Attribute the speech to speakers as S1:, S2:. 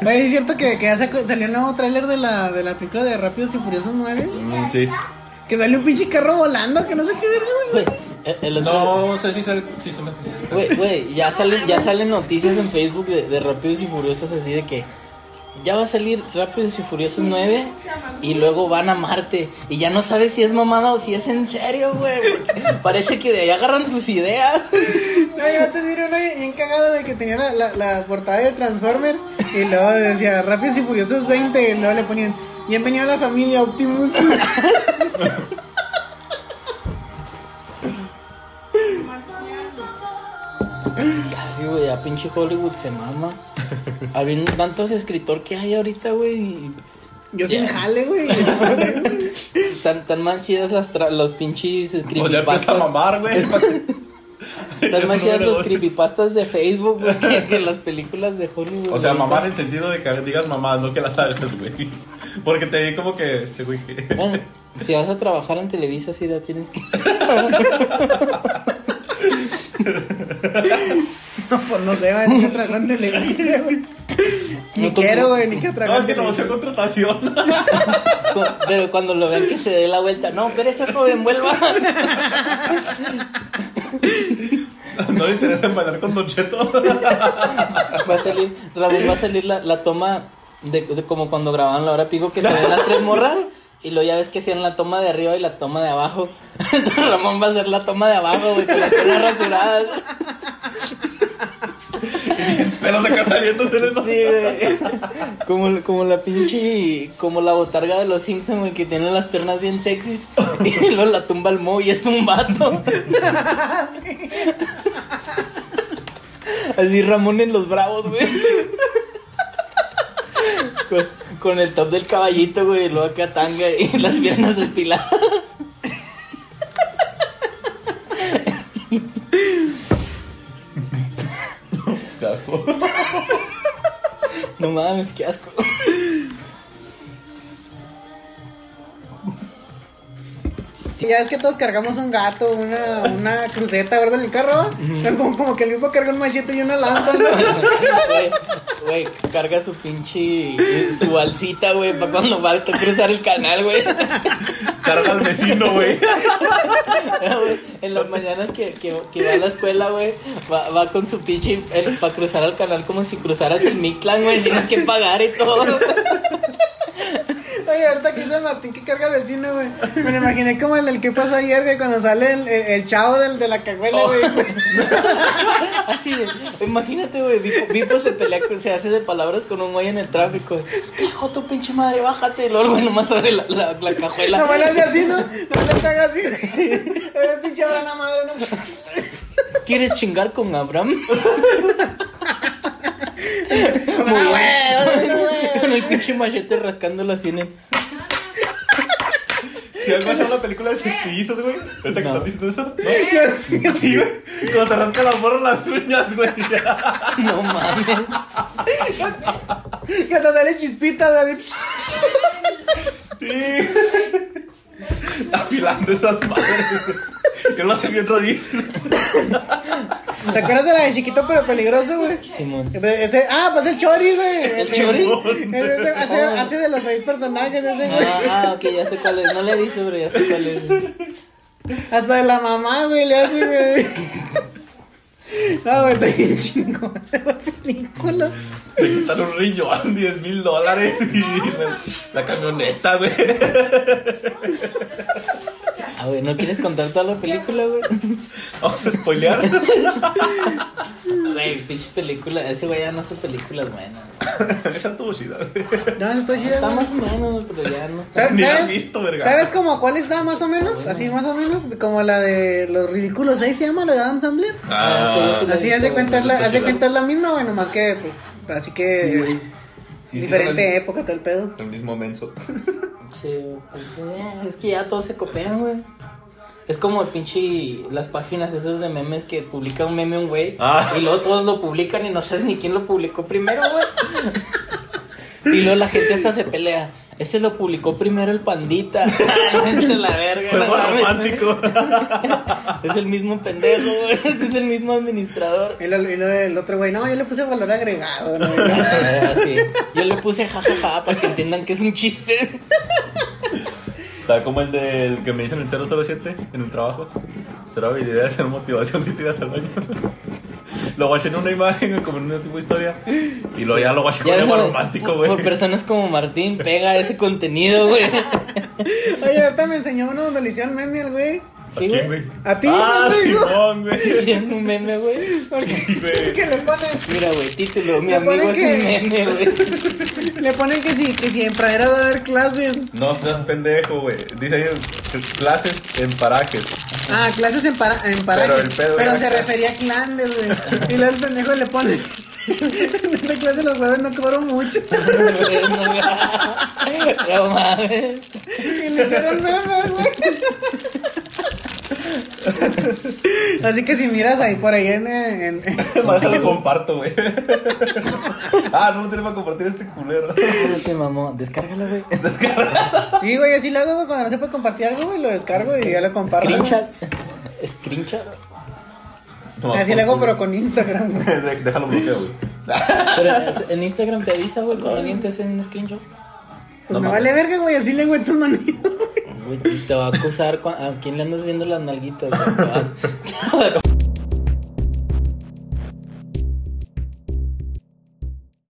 S1: ¿No es cierto que, que ya sacó- salió el nuevo tráiler de la, de la película de Rápidos y Furiosos 9?
S2: Mm, sí.
S1: Que salió un pinche carro volando, que no sé qué verga, güey.
S3: Güey, eh, el otro-
S2: No sé si sale. Sí, se me- sí, se me-
S3: Güey, güey, ya salen, ya salen noticias en Facebook de, de Rápidos y Furiosos así de que ya va a salir Rápidos y Furiosos 9 y luego van a Marte y ya no sabes si es mamada o si es en serio, güey. porque Parece que de ahí agarran sus ideas.
S1: No, yo antes vi uno bien bien cagado, güey, que tenía la, la, la portada de Transformer y luego decía Rápidos y Furiosos 20 y luego le ponían Bienvenido a la familia Optimus.
S3: Así, güey, ya pinche Hollywood se mama. Habiendo tanto escritor que hay ahorita, güey. y
S1: Yo sin jale, güey.
S3: Tan, tan más chidas las tra- los pinches
S2: Pues ya empieza a
S3: creepypastas.
S2: mamar, güey.
S3: Están más
S2: No,
S3: chidas
S2: no,
S3: los
S2: no.
S3: creepypastas de Facebook, güey, que, que las películas de Hollywood.
S2: O sea,
S3: güey.
S2: mamar en el sentido de que digas mamás, no que las hagas, güey. Porque te vi como que este güey. que-
S3: Bueno, si vas a trabajar en Televisa, sí la tienes que.
S1: No, pues no sé, güey, ni otra gran televisión, güey. Ni
S3: No, tú-
S1: quiero, güey, ni que otra
S2: No, es
S1: gran
S2: que no
S1: televisión.
S2: fue contratación.
S3: Cu- Pero cuando lo vean que se dé la vuelta, no, pero ese joven vuelva.
S2: No le interesa bailar con Don Cheto.
S3: Va a salir, Raúl, va a salir la, la toma de, de como cuando grababan la hora pico que se ven las tres morras. Y luego ya ves que hacían la toma de arriba y la toma de abajo. Entonces Ramón va a hacer la toma de abajo, güey, con las piernas rasuradas.
S2: Pero acá saliéndose
S3: Sí,
S2: de no.
S3: güey. Como, como la pinche. Como la botarga de los Simpsons, güey, que tiene las piernas bien sexys. Y luego la tumba al mo y es un vato. Así Ramón en los bravos, güey. Con, con el top del caballito, güey, y luego acá tanga y las piernas despiladas. No mames, qué asco.
S1: Ya es que todos cargamos un gato, una, una cruceta o algo en el carro. Pero como, como que el grupo carga un machete y una lanza. ¿no?
S3: Güey, Güey, carga su pinche. Su balsita, güey, para cuando va a cruzar el canal, güey.
S2: Carga al vecino, güey.
S3: Güey, En las mañanas que, que, que va a la escuela, güey, va, va con su pinche. Para cruzar al canal como si cruzaras el Mictlán, güey. Tienes que pagar y todo.
S1: Oye, ahorita que dice el Martín que carga al vecino, güey. Me lo imaginé como el del que pasó ayer, güey, cuando sale el, el, el chavo del de la cajuela, güey.
S3: Oh, Así de. Imagínate, güey. Vipo, Vipo se pelea, con- se hace de palabras con un güey en el tráfico. ¿Qué hijo de tu pinche madre? Bájate. Y luego, el güey, nomás abre la, la, la cajuela.
S1: No me lo hace así, ¿no? No me lo haga así. Eres pinche buena madre, ¿no?
S3: ¿Quieres chingar con Abraham? Muy
S1: No,
S3: bien.
S1: Ah, güey, no, güey.
S3: Con el pinche machete rascándolo así en el...
S2: Si has visto la película de Sextillizos, güey. Ahorita que
S3: No.
S2: estás diciendo eso. ¿No? Sí, güey. Cuando se rasca la morra las uñas, güey.
S3: No mames.
S1: Que te sale chispita, güey.
S2: Sí. Afilando esas madres, güey. Que lo hace bien rarísimo.
S1: ¿Te acuerdas de la de chiquito pero peligroso, güey?
S3: Simón.
S1: Ese, ah, pues el Chori, güey.
S3: ¿El Chori?
S1: Ese- ese- hace, hace de los seis personajes ese, güey.
S3: Ah, ah, ok, ya sé cuál es. No le he visto, pero ya sé cuál es.
S1: Hasta de la mamá, güey, le hace, güey. No, güey, está bien chingón la película.
S2: Te quitan un riñón, 10 mil dólares y la, la camioneta, güey.
S3: A ver, Ah, ¿no quieres contar toda la película, güey?
S2: Vamos a spoilear.
S3: Güey, pinche película. Ese güey ya no hace películas buenas.
S2: Esa tu chida, güey.
S1: No, está chida,
S3: Está
S1: güey.
S3: más o menos, pero ya no está...
S1: ¿Sabes-
S2: Ni la has
S1: sabes-
S2: visto, verga.
S1: ¿Sabes como cuál está más o menos? Así más o menos, como la de Los Ridículos ahí se llama, la de Adam Sandler.
S3: Ah, sí, sí, La
S1: Así
S3: he
S1: hace
S3: visto,
S1: cuenta, es
S2: güey,
S1: la,
S2: está
S1: hace
S2: chida.
S1: cuenta es la misma, güey, nomás que, pues, así que...
S2: Sí, güey. Sí, sí,
S1: diferente
S2: son el-
S1: época, todo el pedo.
S2: El mismo menso.
S3: Che, pues, eh, es que ya todos se copian, güey. Es como el pinche las páginas esas de memes que publica un meme un güey
S2: Ah.
S3: y luego todos lo publican y no sabes ni quién lo publicó primero, güey. y luego la gente hasta se pelea. Ese lo publicó primero el pandita. Váyanse a la verga.
S2: Fue
S3: no
S2: más
S3: mames.
S2: romántico.
S3: Es el mismo pendejo, güey. Es el mismo administrador.
S1: Y lo, y lo del otro güey, no, yo le puse valor agregado. ¿no?
S3: Así. Yo le puse jajaja para que entiendan que es un chiste.
S2: Está como el del que me dicen en 007 en el trabajo. Será habilidad de ser motivación si tiras al baño. Lo guaché en una imagen, como en un tipo de historia. Y luego ya lo guaché con
S3: Ya
S2: algo
S3: por-
S2: romántico,
S3: por-
S2: güey.
S3: Por personas como Martín, pega ese contenido, güey.
S1: Oye, ahorita me enseñó uno donde le hicieron meme al güey.
S2: ¿A
S3: Sí,
S2: quién,
S3: güey.
S2: güey?
S1: ¿A ti?
S2: ¡Ah,
S1: ¿No te digo?
S2: Simón, güey!
S3: Hicieron un meme, güey.
S2: Sí, güey.
S1: Que le ponen,
S3: Mira, güey, título. Mi
S1: Me pone
S3: amigo es
S1: que-
S3: un meme, güey.
S1: le ponen que si, que si en pradera va a haber clases.
S2: No seas pendejo, güey. Dice ahí clases en parajes.
S1: Ah, clases en, para, en parajes.
S2: Pero el pedo
S1: Pero
S2: era
S1: se
S2: acá.
S1: refería a clandes, güey. Y luego el pendejo le pone. En esta clase los jueves no cobro mucho.
S3: No mames.
S1: Y le hicieron meme, güey. Así que si miras ahí por ahí en. en- en-
S2: Más lo comparto, güey. ah, no lo tiene para compartir este culero.
S3: Se mamó. Descárgalo, güey.
S1: Sí, güey, así lo hago, güey. Cuando no se puede compartir algo, güey, lo descargo y ya lo comparto. güey.
S3: Screenshot. Screenshot.
S1: Así lo hago, pero con Instagram, güey.
S2: De- Déjalo bloqueo, güey.
S3: Pero en Instagram te avisa, güey, cuando alguien te hace un screenshot.
S1: Pues
S2: No
S1: me
S2: mames.
S1: vale verga, güey, así le güey tus manitos.
S3: Güey, te va a acusar cua- a quién le andas viendo las nalguitas. güey. Te va-